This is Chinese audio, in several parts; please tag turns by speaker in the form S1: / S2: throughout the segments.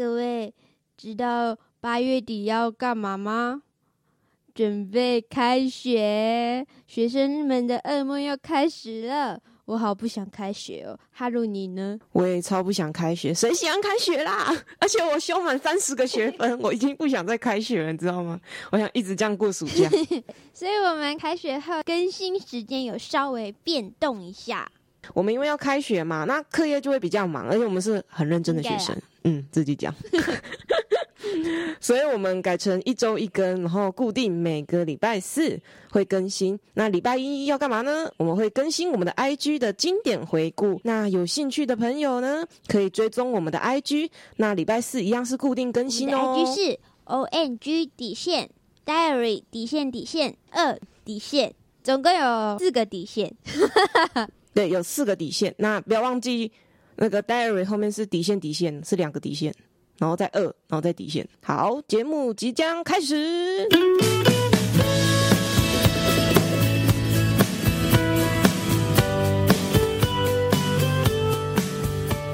S1: 各位知道八月底要干嘛吗？准备开学，学生们的噩梦要开始了。我好不想开学哦，哈鲁你呢？
S2: 我也超不想开学，谁喜欢开学啦？ 而且我修满三十个学分，我已经不想再开学了，你知道吗？我想一直这样过暑 假。
S1: 所以我们开学后更新时间有稍微变动一下。
S2: 我们因为要开学嘛，那课业就会比较忙，而且我们是很认真的学
S1: 啊
S2: 生，嗯，自己讲。 所以我们改成一周一更，然后固定每个礼拜四会更新。那礼拜一要干嘛呢？我们会更新我们的 IG 的经典回顾。那有兴趣的朋友呢，可以追踪我们的 IG。那礼拜四一样是固定更新哦。
S1: 我们的 IG 是 O N G 底线 Diary 底线底线二底线，总共有四个底线。
S2: 对，有四个底线。那不要忘记那个 Diary 后面是底线，底线是两个底线。然后再二，然后再底线。好，节目即将开始。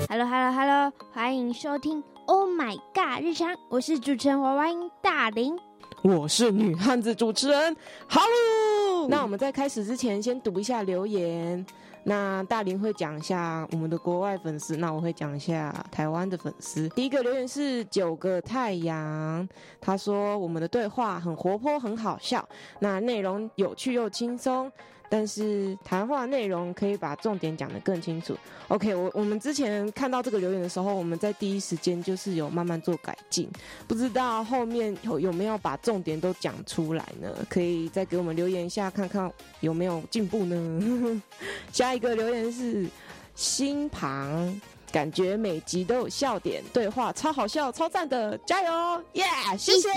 S1: Hello Hello Hello，欢迎收听 Oh My God 日常，我是主持人娃娃音大林。
S2: 我是女汉子主持人哈喽。那我们在开始之前，先读一下留言。那大林会讲一下我们的国外粉丝，那我会讲一下台湾的粉丝。第一个留言是九个太阳，他说我们的对话很活泼，很好笑，那内容有趣又轻松，但是谈话内容可以把重点讲得更清楚。OK，我我们之前看到这个留言的时候，我们在第一时间就是有慢慢做改进，不知道后面有有没有把重点都讲出来呢？可以再给我们留言一下，看看有没有进步呢？ 下一个留言是心旁，感觉每集都有笑点，对话超好笑，超赞的，加油，耶、yeah,！谢谢，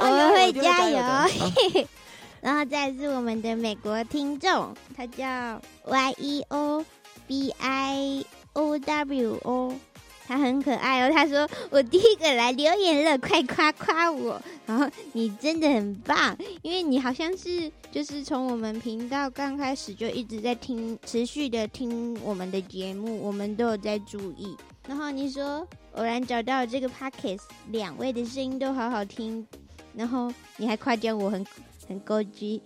S1: 我们会加油。
S2: 加油的
S1: 然后再是我们的美国听众，他叫 Y E O B I O W O，他很可爱哦。他说我第一个来留言了，快夸夸我。然后你真的很棒，因为你好像是就是从我们频道刚开始就一直在听，持续的听我们的节目，我们都有在注意。然后你说偶然找到这个 podcast，两位的声音都好好听，然后你还夸奖我很很高级。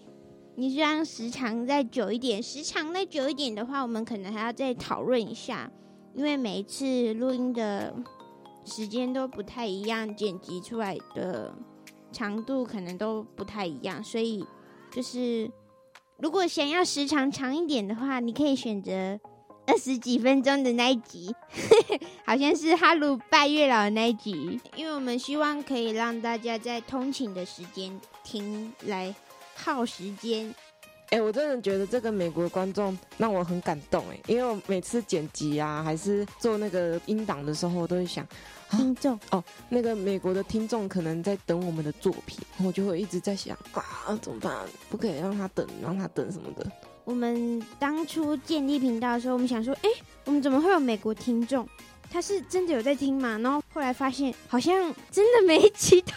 S1: 你这样时长再久一点，时长再久一点的话，我们可能还要再讨论一下，因为每一次录音的时间都不太一样，剪辑出来的长度可能都不太一样，所以就是如果想要时长长一点的话，你可以选择二十几分钟的那一集， 好像是哈鲁拜月老的那一集，因为我们希望可以让大家在通勤的时间听来耗时间。
S2: 哎、我真的觉得这个美国观众让我很感动哎、因为我每次剪辑啊，还是做那个音档的时候，我都会想，啊
S1: 听众，
S2: 那个美国的听众可能在等我们的作品，我就会一直在想啊，怎么办？不可以让他等，让他等什么的。
S1: 我们当初建立频道的时候，我们想说，哎、我们怎么会有美国听众？他是真的有在听吗？然后后来发现，好像真的每一集都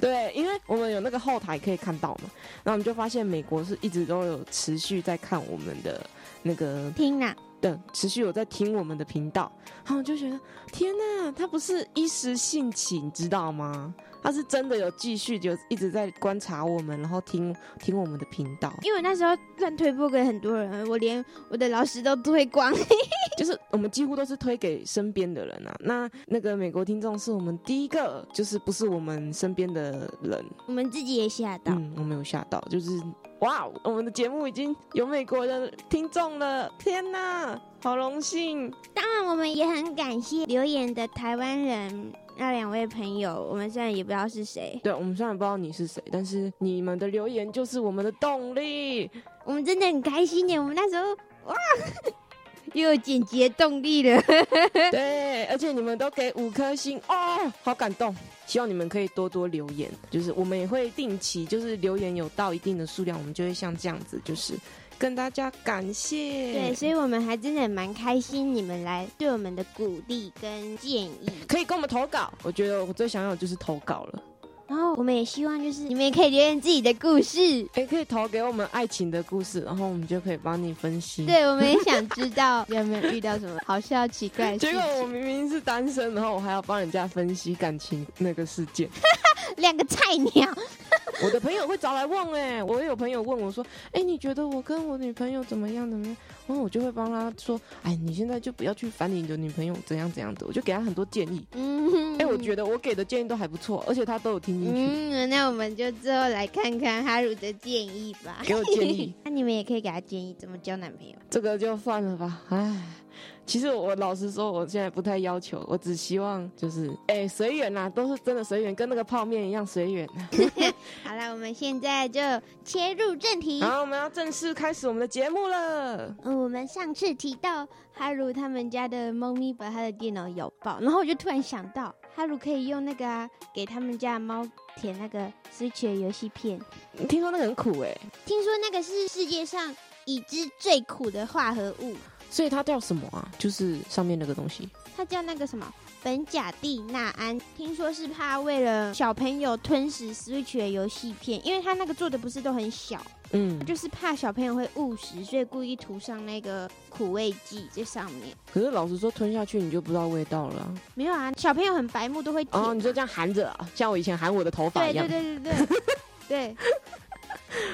S2: 对，因为我们有那个后台可以看到嘛，然后我们就发现美国是一直都有持续在看我们的那个
S1: 听啦。
S2: 的持续有在听我们的频道，然后我就觉得天呐，他不是一时兴起，你知道吗？他是真的有继续有一直在观察我们，然后听听我们的频道，
S1: 因为那时候乱推播给很多人，我连我的老师都推光。
S2: 就是我们几乎都是推给身边的人啊。那那个美国听众是我们第一个，就是不是我们身边的人，
S1: 我们自己也吓到，
S2: 嗯，我没有吓到，就是哇，我们的节目已经有美国的听众了，天呐，好荣幸！
S1: 当然我们也很感谢留言的台湾人那两位朋友，我们虽然也不知道是谁，
S2: 对我们虽然不知道你是谁，但是你们的留言就是我们的 动力。
S1: 我们真的很开心耶！我们那时候哇， 又有剪辑的动力了。
S2: 对，而且你们都给五颗星哦，好感动。希望你们可以多多留言，就是我们也会定期，就是留言有到一定的数量，我们就会像这样子，就是跟大家感谢。
S1: 对，嗯所以我们还真的蛮开心，你们来对我们的鼓励跟建议。
S2: 可以跟我们投稿。我觉得我最想要的就是投稿了。
S1: 然后我们也希望就是你们也可以留言自己的故事，
S2: 也可以投给我们爱情的故事，然后我们就可以帮你分析。，
S1: 对我们也想知道有没有遇到什么好笑奇怪的事
S2: 结果我
S1: 情，
S2: 明明是单身，然后我还要帮人家分析感情那个事件。
S1: 两个菜鸟，
S2: 我的朋友会找来问哎、我也有朋友问我说，哎、你觉得我跟我女朋友怎么样怎么样？然后我就会帮他说，哎，你现在就不要去烦你的女朋友怎样怎样的，我就给他很多建议。
S1: 嗯，
S2: 哎、我觉得我给的建议都还不错，而且他都有听进去，
S1: 嗯，那我们就最后来看看哈鲁的建议吧。
S2: 给我 建议，
S1: 那你们也可以给他建议怎么交男朋友。
S2: 这个就算了吧。哎，其实我老实说，我现在不太要求，我只希望就是，哎、随缘啦，都是真的随缘，跟那个泡面一样随缘。
S1: 嗯好了，我们现在就切入正题。
S2: 好，我们要正式开始我们的节目了。
S1: 呃我们上次提到哈鲁他们家的猫咪把他的电脑咬爆，然后我就突然想到，哈鲁可以用那个啊，给他们家的猫舔那个 Switch 的游戏片。
S2: 听说那个很苦哎、
S1: 听说那个是世界上已知最苦的化合物，
S2: 所以它叫什么啊？就是上面那个东西。
S1: 它叫那个什么苯甲地那胺。听说是怕为了小朋友吞食 Switch 的游戏片，因为它那个做的不是都很小，
S2: 嗯，
S1: 就是怕小朋友会误食，所以故意涂上那个苦味剂在上面。
S2: 可是老实说，吞下去你就不知道味道了啊、
S1: 没有啊，小朋友很白目都会舔啊、
S2: 哦，你就这样含着、啊，像我以前含我的头发
S1: 对
S2: 一样
S1: 对，对对对 对，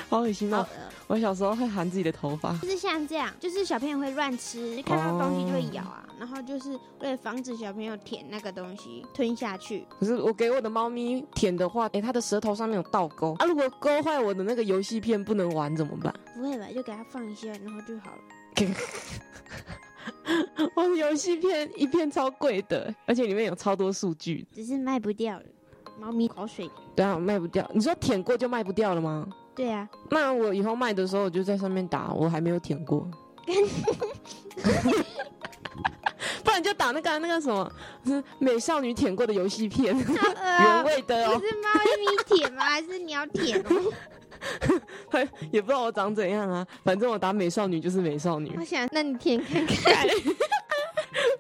S2: 好恶心
S1: 好
S2: 哦！
S1: 恶
S2: 我小时候会含自己的头发，
S1: 就是像这样，就是小朋友会乱吃，看到东西就会咬啊，
S2: 哦
S1: 然后就是为了防止小朋友舔那个东西吞下去，
S2: 可是我给我的猫咪舔的话，诶，它的舌头上面有倒钩啊，如果勾坏我的那个游戏片不能玩怎么办？
S1: 不会吧？就给它放一下，然后就好了。
S2: 我的游戏片一片超贵的，而且里面有超多数据，
S1: 只是卖不掉了，猫咪口水。
S2: 对啊，卖不掉。你说舔过就卖不掉了吗？
S1: 对 啊，
S2: 那我以后卖的时候，我就在上面打，我还没有舔过。 不然就打那个啊那个什么，是美少女舔过的游戏片，
S1: 好恶
S2: 原
S1: 啊
S2: 味的
S1: 不
S2: 哦，
S1: 是猫咪舔吗？还是你要 舔哦？
S2: 也不知道我长怎样啊。反正我打美少女就是美少女
S1: 我，想，那你舔看看。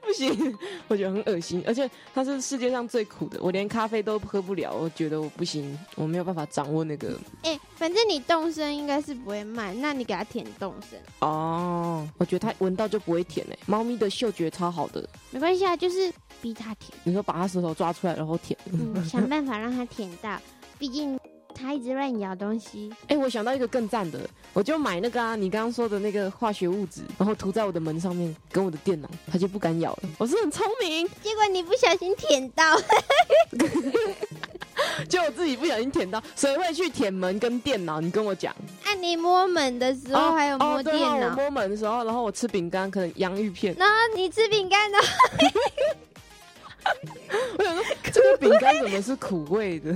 S2: 不行，我觉得很恶心，而且它是世界上最苦的，我连咖啡都喝不了，我觉得我不行，我没有办法掌握那个
S1: 哎、反正你动身应该是不会卖，那你给它舔动身
S2: 哦。我觉得它闻到就不会舔嘞、猫咪的嗅觉超好的，
S1: 没关系啊，就是逼它舔。
S2: 你说把它舌头抓出来然后舔，
S1: 嗯，想办法让它舔到，毕竟它一直乱咬东西。
S2: 哎、我想到一个更赞的，我就买那个啊，你刚刚说的那个化学物质，然后涂在我的门上面，跟我的电脑，它就不敢咬了。我是很聪明，
S1: 结果你不小心舔到，
S2: 就我自己不小心舔到。谁会去舔门跟电脑？你跟我讲。
S1: 啊，你摸门的时候还有摸
S2: 哦对啊
S1: 电脑，
S2: 我摸门的时候，然后我吃饼干，可能洋芋片，
S1: 然后你吃饼干的，
S2: 我想说这个饼干怎么是苦味的？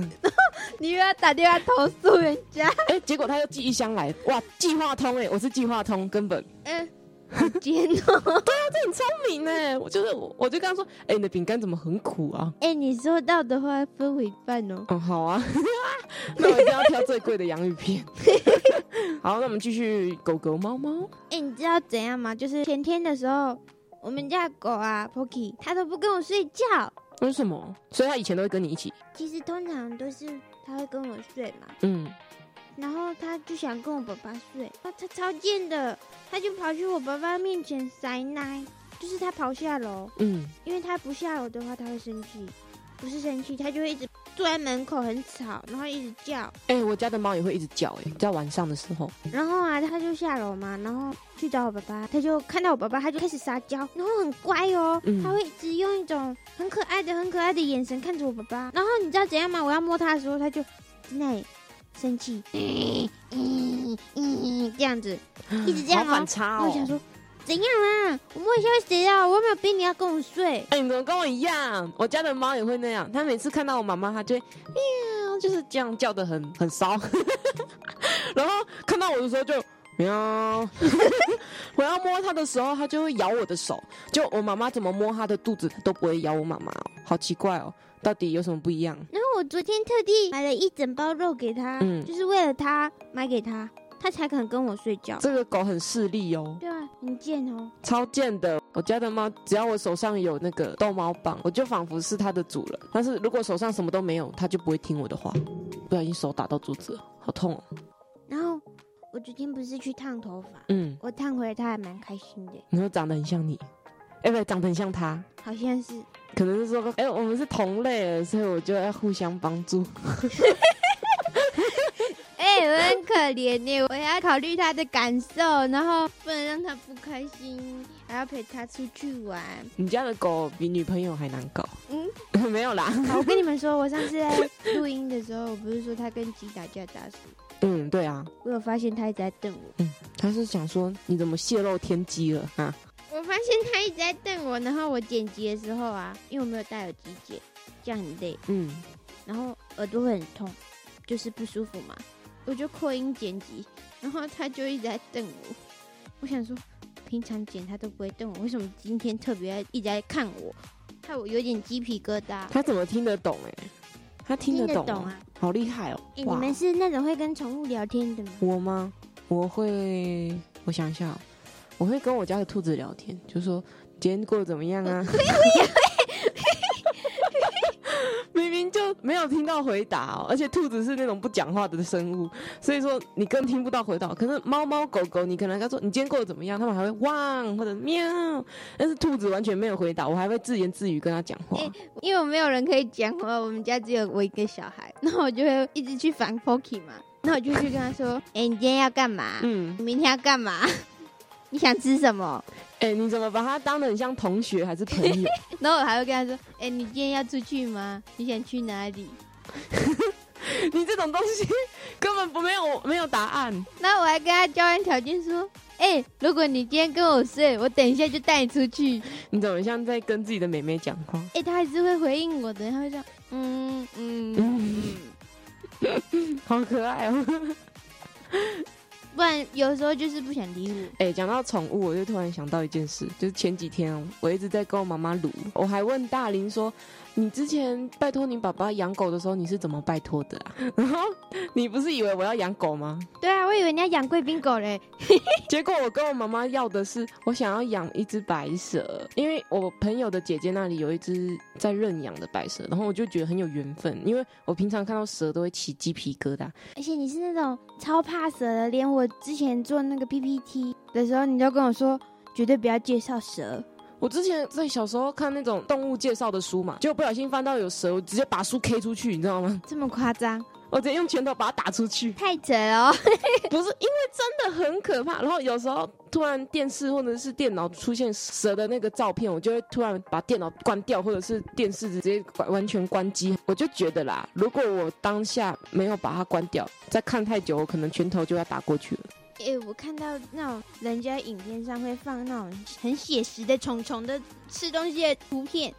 S1: 你又要打电话投诉人家，
S2: 哎、结果他又寄一箱来，哇，计划通哎、我是计划通，根本
S1: 嗯， 好尖哦。
S2: 很聪明哎、我就是我，我就跟他说，哎、你的饼干怎么很苦啊？
S1: 哎、你收到的话分我一半哦。
S2: 哦，好啊， 那我一定要挑最贵的洋芋片。 好，那我们继续狗狗、猫猫。
S1: 哎、你知道怎样吗？就是前天的时候，我们家狗啊 Pocky，它都不跟我睡觉。
S2: 为什么？所以它以前都会跟你一起。
S1: 其实通常都是它会跟我睡嘛，
S2: 嗯，
S1: 然后他就想跟我爸爸睡，啊，他超贱的，他就跑去我爸爸面前塞奶，就是他跑下楼，
S2: 嗯，
S1: 因为他不下楼的话他会生气，不是生气，他就会一直坐在门口很吵，然后一直叫，
S2: 哎、我家的猫也会一直叫、哎，在晚上的时候，
S1: 然后啊他就下楼嘛，然后去找我爸爸，他就看到我爸爸，他就开始撒娇，然后很乖哦，
S2: 嗯
S1: 他会一直用一种很可爱的、很可爱的眼神看着我爸爸，然后你知道怎样吗？我要摸他的时候，他就真的生气，嗯嗯嗯这样 子。一直这样哦
S2: 好反差
S1: 然后
S2: 哦
S1: 我。想说，怎样啊？我摸一下会死啊！我又没有逼你要跟我睡。
S2: 哎、你怎么跟我一样？我家的猫也会那样，它每次看到我妈妈，它就会喵，就是这样叫的很很骚。 然后看到我的时候就喵， 我要摸它的时候，它就会咬我的手。就我妈妈怎么摸它的肚子，它都不会咬我妈妈、哦，好奇怪哦，到底有什么不一样？
S1: 然后我昨天特地买了一整包肉给他，
S2: 嗯
S1: 就是为了他买给他，他才肯跟我睡觉。
S2: 这个狗很势利哦，
S1: 对啊，很贱哦。
S2: 超贱的。我家的猫，只要我手上有那个逗猫棒，我就仿佛是它的主人。但是如果手上什么都没有，它就不会听我的话。不小心手打到桌子了，好痛哦。
S1: 然后我昨天不是去烫头发，
S2: 嗯，
S1: 我烫回来它还蛮开心的，
S2: 你说长得很像你，哎、不对，长得很像它，
S1: 好像是
S2: 可能是说，哎、我们是同类了，所以我就要互相帮助。
S1: 哎、我很可怜呢，我要考虑他的感受，然后不能让他不开心，还要陪他出去玩。
S2: 你家的狗比女朋友还难搞。
S1: 嗯
S2: 嗯， 没有啦。
S1: 好，我跟你们说，我上次在录音的时候，我不是说他跟鸡打架打死，
S2: 嗯，对啊，
S1: 我有发现他一直在瞪我，
S2: 他是想说你怎么泄露天机了啊？
S1: 我发现他一直在瞪我，然后我剪辑的时候啊，因为我没有戴耳机剪，这样很累，
S2: 嗯，
S1: 然后耳朵会很痛，就是不舒服嘛，我就扩音剪辑，然后他就一直在瞪我，我想说平常剪他都不会瞪我，为什么今天特别一直在看我，害我有点鸡皮疙瘩。
S2: 他怎么听得懂、哎，他听得懂,、
S1: 懂啊？
S2: 好厉害哦！
S1: 哎、你们是那种会跟宠物聊天的吗？
S2: 我吗？我会，我想一下哦，我会跟我家的兔子聊天，就说今天过得怎么样啊？明明就没有听到回答、哦，而且兔子是那种不讲话的生物，所以说你更听不到回答。哦可是猫猫狗狗，你可能跟它说你今天过得怎么样，它们还会汪或者喵，但是兔子完全没有回答，我还会自言自语跟它讲话。
S1: 哎因为我没有人可以讲话，我们家只有我一个小孩，然后我就会一直去烦 Pocky 嘛，然后我就去跟他说：“哎、你今天要干嘛？
S2: 嗯，
S1: 你明天要干嘛？ 你想吃什么
S2: 哎、你怎么把它当得很像同学还是朋友？？”
S1: 然后我还会跟他说：“哎、你今天要出去吗？你想去哪里
S2: 你这种东西根本不没有没有答案。？”
S1: 那我还跟他交换条件说：“哎、如果你今天跟我睡，我等一下就带你出去。
S2: 你怎么像在跟自己的妹妹讲话？
S1: 哎、他还是会回应我的，他会这样，嗯嗯
S2: 嗯
S1: 嗯。
S2: 好可爱哦！
S1: 不然有时候就是不想理我。
S2: 哎、讲到宠物，我就突然想到一件事，就是前几天哦我一直在跟我妈妈撸，我还问大林说：“你之前拜托你爸爸养狗的时候，你是怎么拜托的啊？” 然后你不是以为我要养狗吗？
S1: 对啊，我以为你要养贵宾狗嘞。
S2: 结果我跟我妈妈要的是，我想要养一只白蛇，因为我朋友的姐姐那里有一只在认养的白蛇，然后我就觉得很有缘分，因为我平常看到蛇都会起鸡皮疙瘩，
S1: 而且你是那种超怕蛇的，连我之前做那个 PPT 的时候，你都跟我说绝对不要介绍蛇。
S2: 我之前在小时候看那种动物介绍的书嘛，结果不小心翻到有蛇，我直接把书 K 出去，你知道吗？
S1: 这么夸张，，
S2: 我直接用拳头把它打出去
S1: 太扯了、哦！
S2: 不是因为真的很可怕。然后有时候突然电视或者是电脑出现蛇的那个照片，我就会突然把电脑关掉，或者是电视直接关完全关机。我就觉得啦，如果我当下没有把它关掉，再看太久，我可能拳头就要打过去了。
S1: 哎、我看到那种人家影片上会放那种很写实的虫虫的吃东西的图片，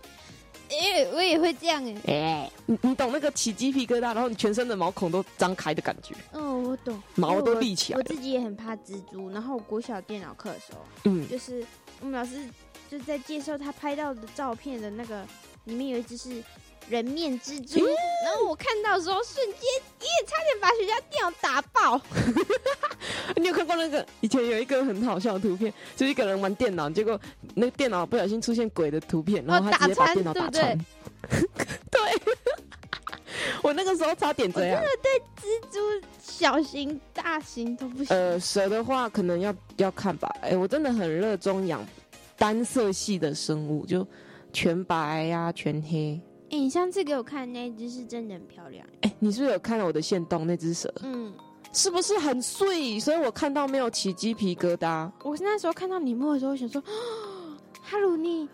S1: 哎、我也会这样哎、
S2: 哎、你你懂那个起鸡皮疙瘩，然后你全身的毛孔都张开的感觉，
S1: 嗯，我懂，
S2: 毛
S1: 因为
S2: 都
S1: 我
S2: 立起来
S1: 我
S2: 了。
S1: 自己也很怕蜘蛛，然后我国小电脑课的时候，
S2: 嗯，
S1: 就是我们老师就在介绍他拍到的照片的那个里面有一只是人面蜘蛛，然后我看到的时候瞬间耶，差点把学校电脑打爆。
S2: 你有看过那个以前有一个很好笑的图片，就是一个人玩电脑，结果那个电脑不小心出现鬼的图片，然后他直接把电脑哦打穿。 对我那个时候差点这样。
S1: 蜘蛛小型、大型都不行。
S2: 呃，蛇的话可能要要看吧。哎、我真的很热衷养单色系的生物，就全白呀、全黑。
S1: 哎、你上次给我看那一只是真的很漂亮。
S2: 哎、你是不是有看到我的线洞那只蛇？
S1: 嗯，
S2: 是不是很碎？所以我看到没有起鸡皮疙瘩。
S1: 我那时候看到你摸的时候，我想说， 哈鲁你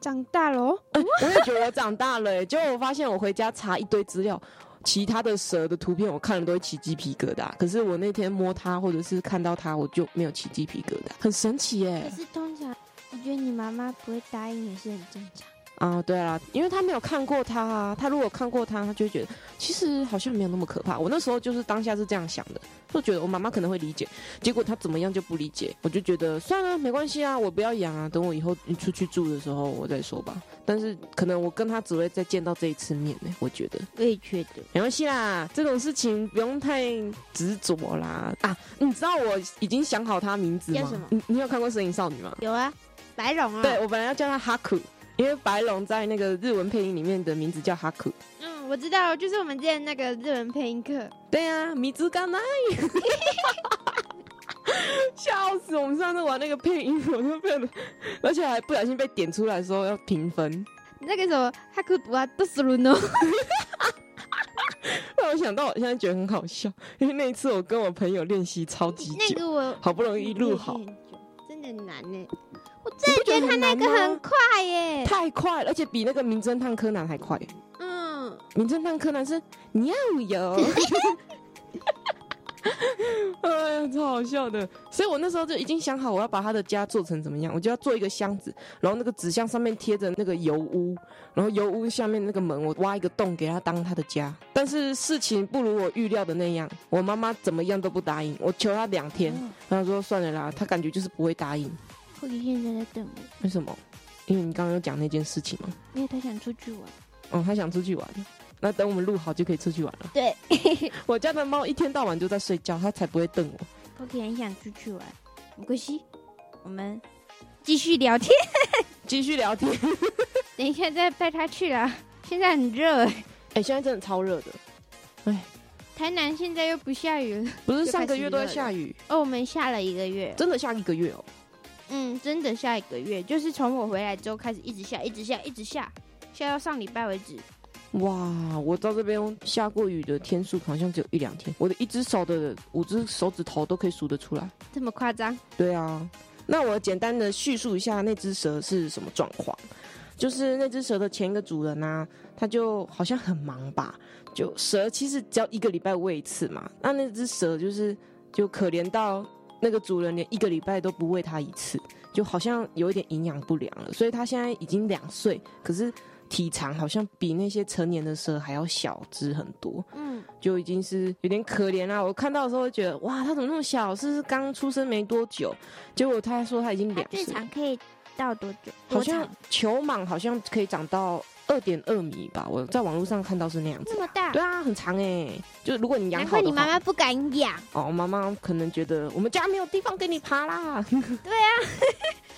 S1: 长大了哦。
S2: 我也觉得我长大了、欸，结果我发现我回家查一堆资料，其他的蛇的图片我看了都会起鸡皮疙瘩，可是我那天摸它或者是看到它，我就没有起鸡皮疙瘩，很神奇欸耶、
S1: 可是通常，我觉得你妈妈不会答应也是很正常。
S2: 啊，对啊，因为他没有看过它啊，他如果看过它，他就会觉得其实好像没有那么可怕。我那时候就是当下是这样想的，就觉得我妈妈可能会理解，结果她怎么样就不理解，我就觉得算了，没关系啊，我不要养啊，等我以后出去住的时候我再说吧。但是可能我跟她只会再见到这一次面呢、欸我觉得。
S1: 我也觉得。
S2: 没关系啦，这种事情不用太执着啦。啊，你知道我已经想好他名字吗？
S1: 叫什么
S2: 你你有看过《摄影少女》吗？
S1: 有啊，白龙啊。
S2: 对，我本来要叫他哈库，因为白龙在那个日文配音里面的名字叫哈库。
S1: 嗯，我知道，就是我们之前那个日文配音课。
S2: 对呀、啊，米兹干奈， 笑死！我们上次玩那个配音，我就被，而且还不小心被点出来说要评分，
S1: 那个什么哈库读啊，都死了呢。
S2: 让我想到我现在觉得很好笑，因为那一次我跟我朋友练习超级
S1: 那
S2: 久，
S1: 个我
S2: 好不容易录好，
S1: 练很久，真的很难呢。我
S2: 你
S1: 真
S2: 不
S1: 的
S2: 觉
S1: 觉得
S2: 得
S1: 他
S2: 很
S1: 那
S2: 难
S1: 个很
S2: 吗
S1: 快耶。
S2: 太快了，而且比那个名侦探柯南还快。
S1: 嗯，
S2: 名侦探柯南是尿油， 哎呀，超好笑的！所以我那时候就已经想好我要把他的家做成怎么样，我就要做一个箱子，然后那个纸箱上面贴着那个油污，然后油污下面那个门我挖一个洞给他当他的家。但是事情不如我预料的那样，我妈妈怎么样都不答应，我求她两天，她说算了啦，她感觉就是不会答应。
S1: 哦霍奇现在在等我，
S2: 为什么？ 因为你刚刚有讲那件事情嘛，
S1: 因为他想出去玩。
S2: 哦，她想出去玩，那等我们录好就可以出去玩了。
S1: 对，
S2: 我家的猫一天到晚就在睡觉，它才不会瞪我。
S1: 霍奇很想出去玩，没关系，我们继续聊天。
S2: 继续聊天。
S1: 等一下再带他去啦， 现在很热耶，
S2: 哎、现在真的超热的，
S1: 台南现在又不下雨了。
S2: 不是
S1: 就
S2: 上个
S1: 开始
S2: 月都在
S1: 热了
S2: 下雨，
S1: 哦，我们下了一个月，
S2: 真的下一个月哦。
S1: 嗯，真的下一个月，就是从我回来之后开始一直下，一直下，一直下，下到上礼拜为止。
S2: 哇，我到这边下过雨的天数好像只有一两天，我的一只手的五只手指头都可以数得出来。
S1: 这么夸张？
S2: 对啊，那我简单的叙述一下那只蛇是什么状况。就是那只蛇的前一个主人啊，他就好像很忙吧，就蛇其实只要一个礼拜喂一次嘛，那那只蛇就是就可怜到那个主人连一个礼拜都不喂它一次，就好像有一点营养不良了，所以它现在已经两岁，可是体长好像比那些成年的蛇还要小只很多，
S1: 嗯，
S2: 就已经是有点可怜啦、我看到的时候会觉得，哇，它怎么那么小？是不是刚出生没多久？结果他说他已经
S1: 它
S2: 两
S1: 最
S2: 岁，
S1: 长可以到多久？
S2: 好
S1: 多
S2: 像
S1: 长？
S2: 球蟒好像可以长到二点二米吧，我在网络上看到是那样
S1: 这
S2: 子。
S1: 么大？
S2: 对啊，很长哎、就是如果你养
S1: 难
S2: 好
S1: 怪
S2: 的
S1: 你
S2: 话
S1: 妈妈不敢养，
S2: 哦，妈妈可能觉得我们家没有地方给你爬 啦，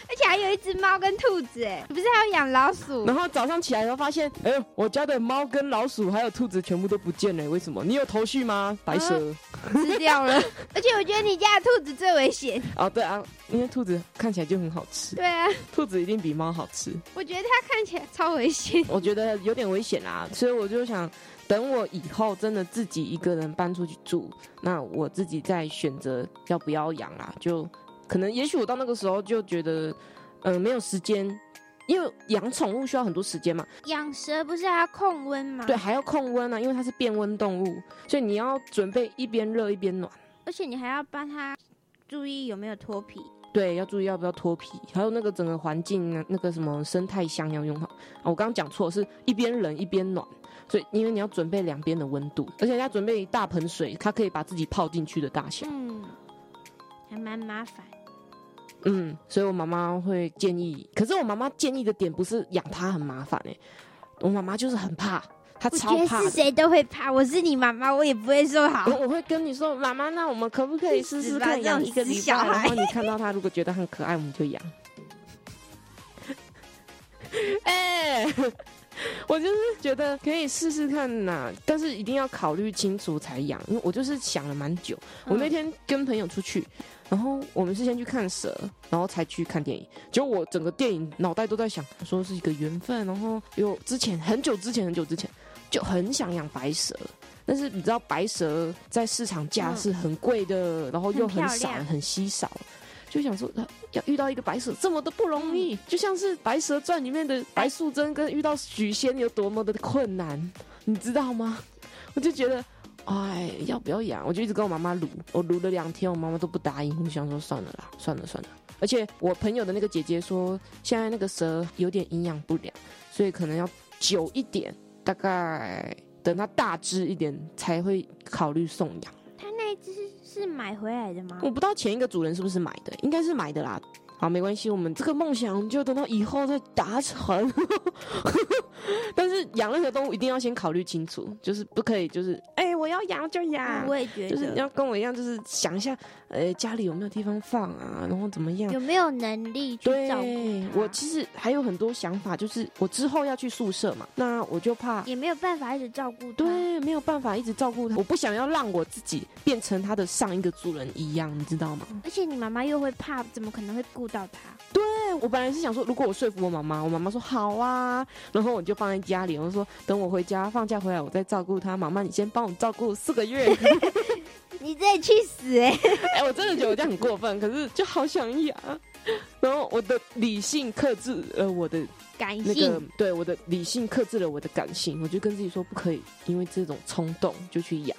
S1: 而且还有一只猫跟兔子，哎， 你不是还要养老鼠？
S2: 然后早上起来后发现，哎呦，我家的猫跟老鼠还有兔子全部都不见了、为什么？你有头绪吗？白蛇。
S1: 啊吃掉 了。而且我觉得你家的兔子最危险。
S2: 哦，对啊，因为兔子看起来就很好吃，
S1: 对啊，
S2: 兔子一定比猫好吃。
S1: 我觉得它看起来超危险。
S2: 我觉得有点危险啦，所以我就想等我以后真的自己一个人搬出去住，那我自己再选择要不要养啦。就可能，也许我到那个时候就觉得，嗯、没有时间，因为养宠物需要很多时间嘛，
S1: 养蛇不是还要控温吗？
S2: 对，，还要控温啊，因为它是变温动物，所以你要准备一边热一边暖。
S1: 而且你还要帮它注意有没有脱皮。
S2: 对，要注意要不要脱皮，还有那个整个环境啊，那个什么生态箱要用好。啊、我刚刚讲错，是一边冷一边暖，所以因为你要准备两边的温度，而且要准备一大盆水，它可以把自己泡进去的大小。
S1: 嗯，还蛮麻烦。
S2: 嗯，所以我妈妈会建议，可是我妈妈建议的点不是养它很麻烦哎、我妈妈就是很怕，她
S1: 我
S2: 超
S1: 觉得
S2: 怕
S1: 是
S2: 的。
S1: 谁都会怕，嗯我是你妈妈，我也不会说好
S2: 我。我会跟你说，妈妈，那我们可不可 以试试
S1: 死吧
S2: 看
S1: 这种
S2: 养一个
S1: 死
S2: 礼
S1: 小
S2: 拜？然
S1: 孩
S2: 后你看到它，如果觉得很可爱，我们就 养。哎、 我就是觉得可以试试看呐、但是一定要考虑清楚才养，因为我就是想了蛮久。我
S1: 嗯
S2: 那天跟朋友出去，然后我们是先去看蛇，然后才去看电影。结果我整个电影脑袋都在想，说是一个缘分，然后有之前很久之前很久之前就很想养白蛇，但是你知道白蛇在市场价
S1: 嗯
S2: 是很贵的，然后又
S1: 很漂
S2: 很少
S1: 亮
S2: 很稀少。就想说，呃要遇到一个白蛇这么的不容
S1: 嗯
S2: 易，就像是《白蛇传》里面
S1: 哎
S2: 的白素贞跟遇到许仙有多么的困难，你知道吗？ 我就觉得，哎，要不要养？我就一直跟我妈妈撸，我撸了两天，我妈妈都不答应，我就想说算了啦，算了算了。而且我朋友的那个姐姐说，现在那个蛇有点营养不良，所以可能要久一点，大概等它大只一点才会考虑送养。
S1: 它那一只是买回来的吗？
S2: 我不知道前一个主人是不是买的，应该是买的啦。好，没关系，我们这个梦想就等到以后再达成。 但是养任何动物一定要先考虑清楚，就是不可以就是哎、我要养就养，
S1: 嗯我也觉
S2: 就是你
S1: 得
S2: 要跟我一样，就是想一下，呃，家里有没有地方放啊，然后怎么样？
S1: 有没有能力去
S2: 对
S1: 照顾，它
S2: 我其实还有很多想法，就是我之后要去宿舍嘛，那我就怕
S1: 也没有办法一直照顾它。
S2: 对，没有办法一直照顾他，我不想要让我自己变成他的上一个主人一样，你知道吗？
S1: 而且你妈妈又会怕，怎么可能会顾到它？
S2: 对我本来是想说，如果我说服我妈妈，我妈妈说好啊，然后我就放在家里，我就说等我回家放假回来，我再照顾他。妈妈，你先帮我照顾四个月。
S1: 你自己去死哎、
S2: 哎、我真的觉得我这样很过分，可是就好想养。然后我的理性克制了呃我的
S1: 感
S2: 那
S1: 性、
S2: 个，对我的理性克制了我的感性，我就跟自己说不可以，因为这种冲动就去养，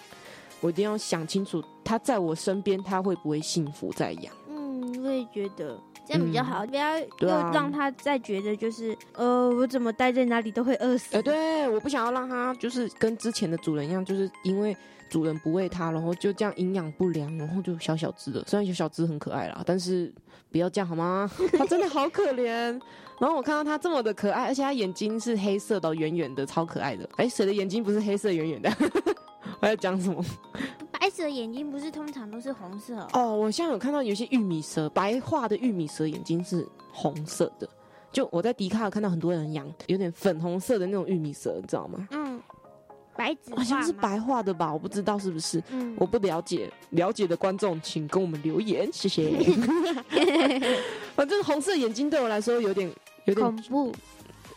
S2: 我一定要想清楚，他在我身边他会不会幸福再养。
S1: 嗯，我也觉得这样比较好，不要
S2: 嗯对
S1: 又
S2: 啊
S1: 让他再觉得就是呃，我怎么待在哪里都会饿死。
S2: 哎、对，我不想要让他就是跟之前的主人一样，就是因为主人不喂他，然后就这样营养不良，然后就小小只了。虽然小小只很可爱啦，但是不要这样好吗？ 他真的好可怜。然后我看到他这么的可爱，而且他眼睛是黑色的哦，圆圆的，超可爱的。哎、谁的眼睛不是黑色圆圆的？ 我在讲什么？
S1: 白蛇眼睛不是通常都是红色哦、
S2: 哦，我现在有看到有些玉米蛇，白化的玉米蛇眼睛是红色的。就我在迪卡有看到很多人养有点粉红色的那种玉米蛇，你知道吗？
S1: 嗯，白纸
S2: 好像是
S1: 画吗，
S2: 白化的吧，我不知道是不是，
S1: 嗯，
S2: 我不了解。了解的观众请跟我们留言，谢谢。反正红色眼睛对我来说有点有点
S1: 恐，怖。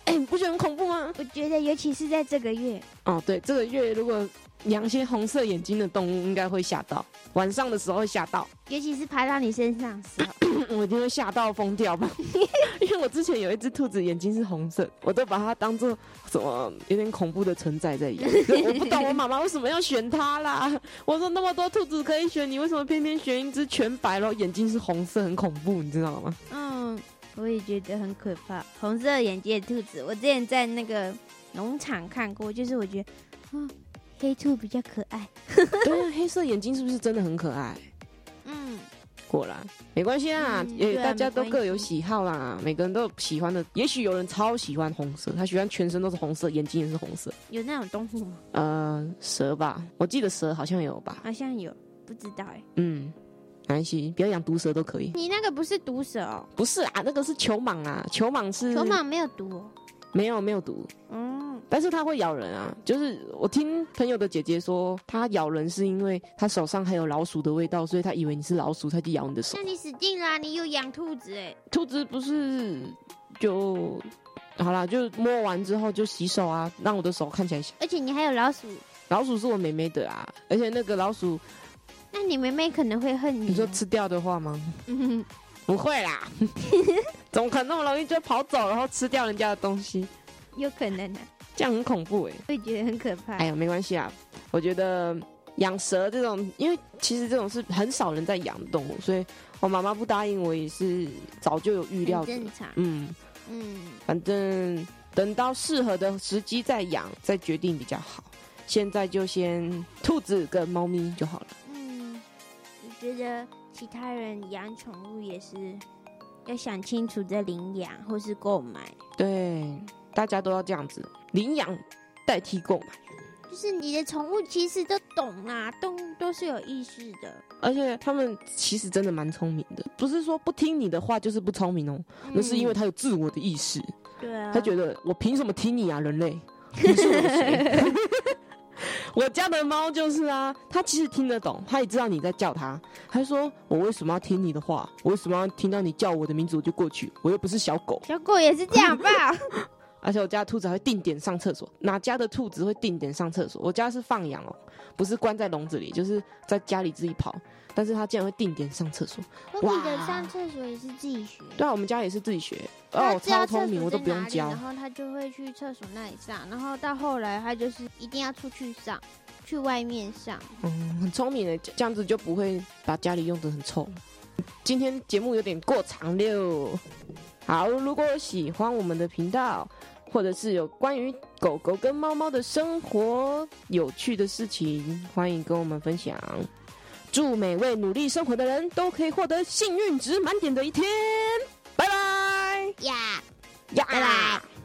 S2: 哎、你不觉得很恐怖吗？
S1: 我觉得尤其是在这个月，
S2: 哦，对，这个月如果养一些红色眼睛的动物，应该会吓到，晚上的时候会吓到。
S1: 尤其是爬到你身上的时候，
S2: 我一定会吓到疯掉吧， 因为我之前有一只兔子眼睛是红色，我都把它当做什么有点恐怖的存在在 养。就我不懂我妈妈为什么要选它啦？我说那么多兔子可以选，你为什么偏偏选一只全白，然后眼睛是红色，很恐怖，你知道吗？
S1: 嗯，我也觉得很可怕。红色眼睛的兔子，我之前在那个农场看过，就是我觉得，嗯，黑兔比较可爱。
S2: 对啊，黑色眼睛是不是真的很可爱？
S1: 嗯，
S2: 果然没关系啦，
S1: 嗯
S2: 也、
S1: 对啊
S2: 大家都
S1: 没关系
S2: 各有喜好啦，每个人都有喜欢的。也许有人超喜欢红色，他喜欢全身都是红色，眼睛也是红色。
S1: 有那种动物吗？
S2: 呃，蛇吧，我记得蛇好像有吧。
S1: 好像有，不知道哎、
S2: 嗯，没关系，不要养毒蛇都可以。
S1: 你那个不是毒蛇哦，
S2: 不是啊，那个是球蟒啊，球蟒是
S1: 球蟒没有毒哦。
S2: 没有没有毒，
S1: 嗯，
S2: 但是它会咬人啊。就是我听朋友的姐姐说，它咬人是因为它手上还有老鼠的味道，所以它以为你是老鼠，它就咬你的手
S1: 那。你死定啦、你有养兔子哎、
S2: 兔子不是就好啦，就摸完之后就洗手啊，让我的手看起来小。
S1: 而且你还有老鼠，
S2: 老鼠是我妹妹的啊，而且那个老鼠，
S1: 那你妹妹可能会恨你。
S2: 你说吃掉的话吗？
S1: 嗯，
S2: 不会 啦，怎么可能那么容易就跑走，然后吃掉人家的东西？
S1: 有可能啊，
S2: 这样很恐怖哎、
S1: 会觉得很可怕。
S2: 哎呀，没关系啊，我觉得养蛇这种，因为其实这种是很少人在养的动物，所以我妈妈不答应我也是早就有预料
S1: 很
S2: 的。
S1: 正常。
S2: 嗯，
S1: 嗯，
S2: 反正等到适合的时机再养，再决定比较好。现在就先兔子跟猫咪就好了。
S1: 嗯，我觉得其他人养宠物也是要想清楚再领养或是购买，
S2: 对，大家都要这样子，领养代替购买。
S1: 就是你的宠物其实都懂啦、动物都是有意识的。
S2: 而且他们其实真的蛮聪明的，不是说不听你的话就是不聪明哦，那是因为
S1: 嗯
S2: 他有自我的意识。
S1: 对啊，
S2: 他觉得我凭什么听你啊，人类？ 你是我的谁？ 我家的猫就是啊，它其实听得懂，它也知道你在叫它。它说：“我为什么要听你的话？我为什么要听到你叫我的名字我就过去？我又不是小狗。
S1: 小狗也是这样吧？
S2: 而且我家的兔子还会定点上厕所，哪家的兔子会定点上厕所？我家是放养哦，不是关在笼子里，就是在家里自己跑。但是它竟然会定点上厕所。
S1: 我
S2: 哇
S1: 记得上厕所也是自己学。
S2: 对啊，我们家也是自己学，
S1: 他
S2: 哦，
S1: 知道
S2: 超
S1: 厕所
S2: 聪明，我都
S1: 在
S2: 不用
S1: 哪里
S2: 教
S1: 然。后他就会去厕所那里上，然后到后来他就是一定要出去上，去外面上。
S2: 嗯，很聪明的，这这样子就不会把家里用得很臭。今天节目有点过长了。好，如果喜欢我们的频道，或者是有关于狗狗跟猫猫的生活有趣的事情，欢迎跟我们分享。祝每位努力生活的人都可以获得幸运值满点的一天。
S3: 拜拜
S2: 呀，
S3: 呀，
S2: 拜拜。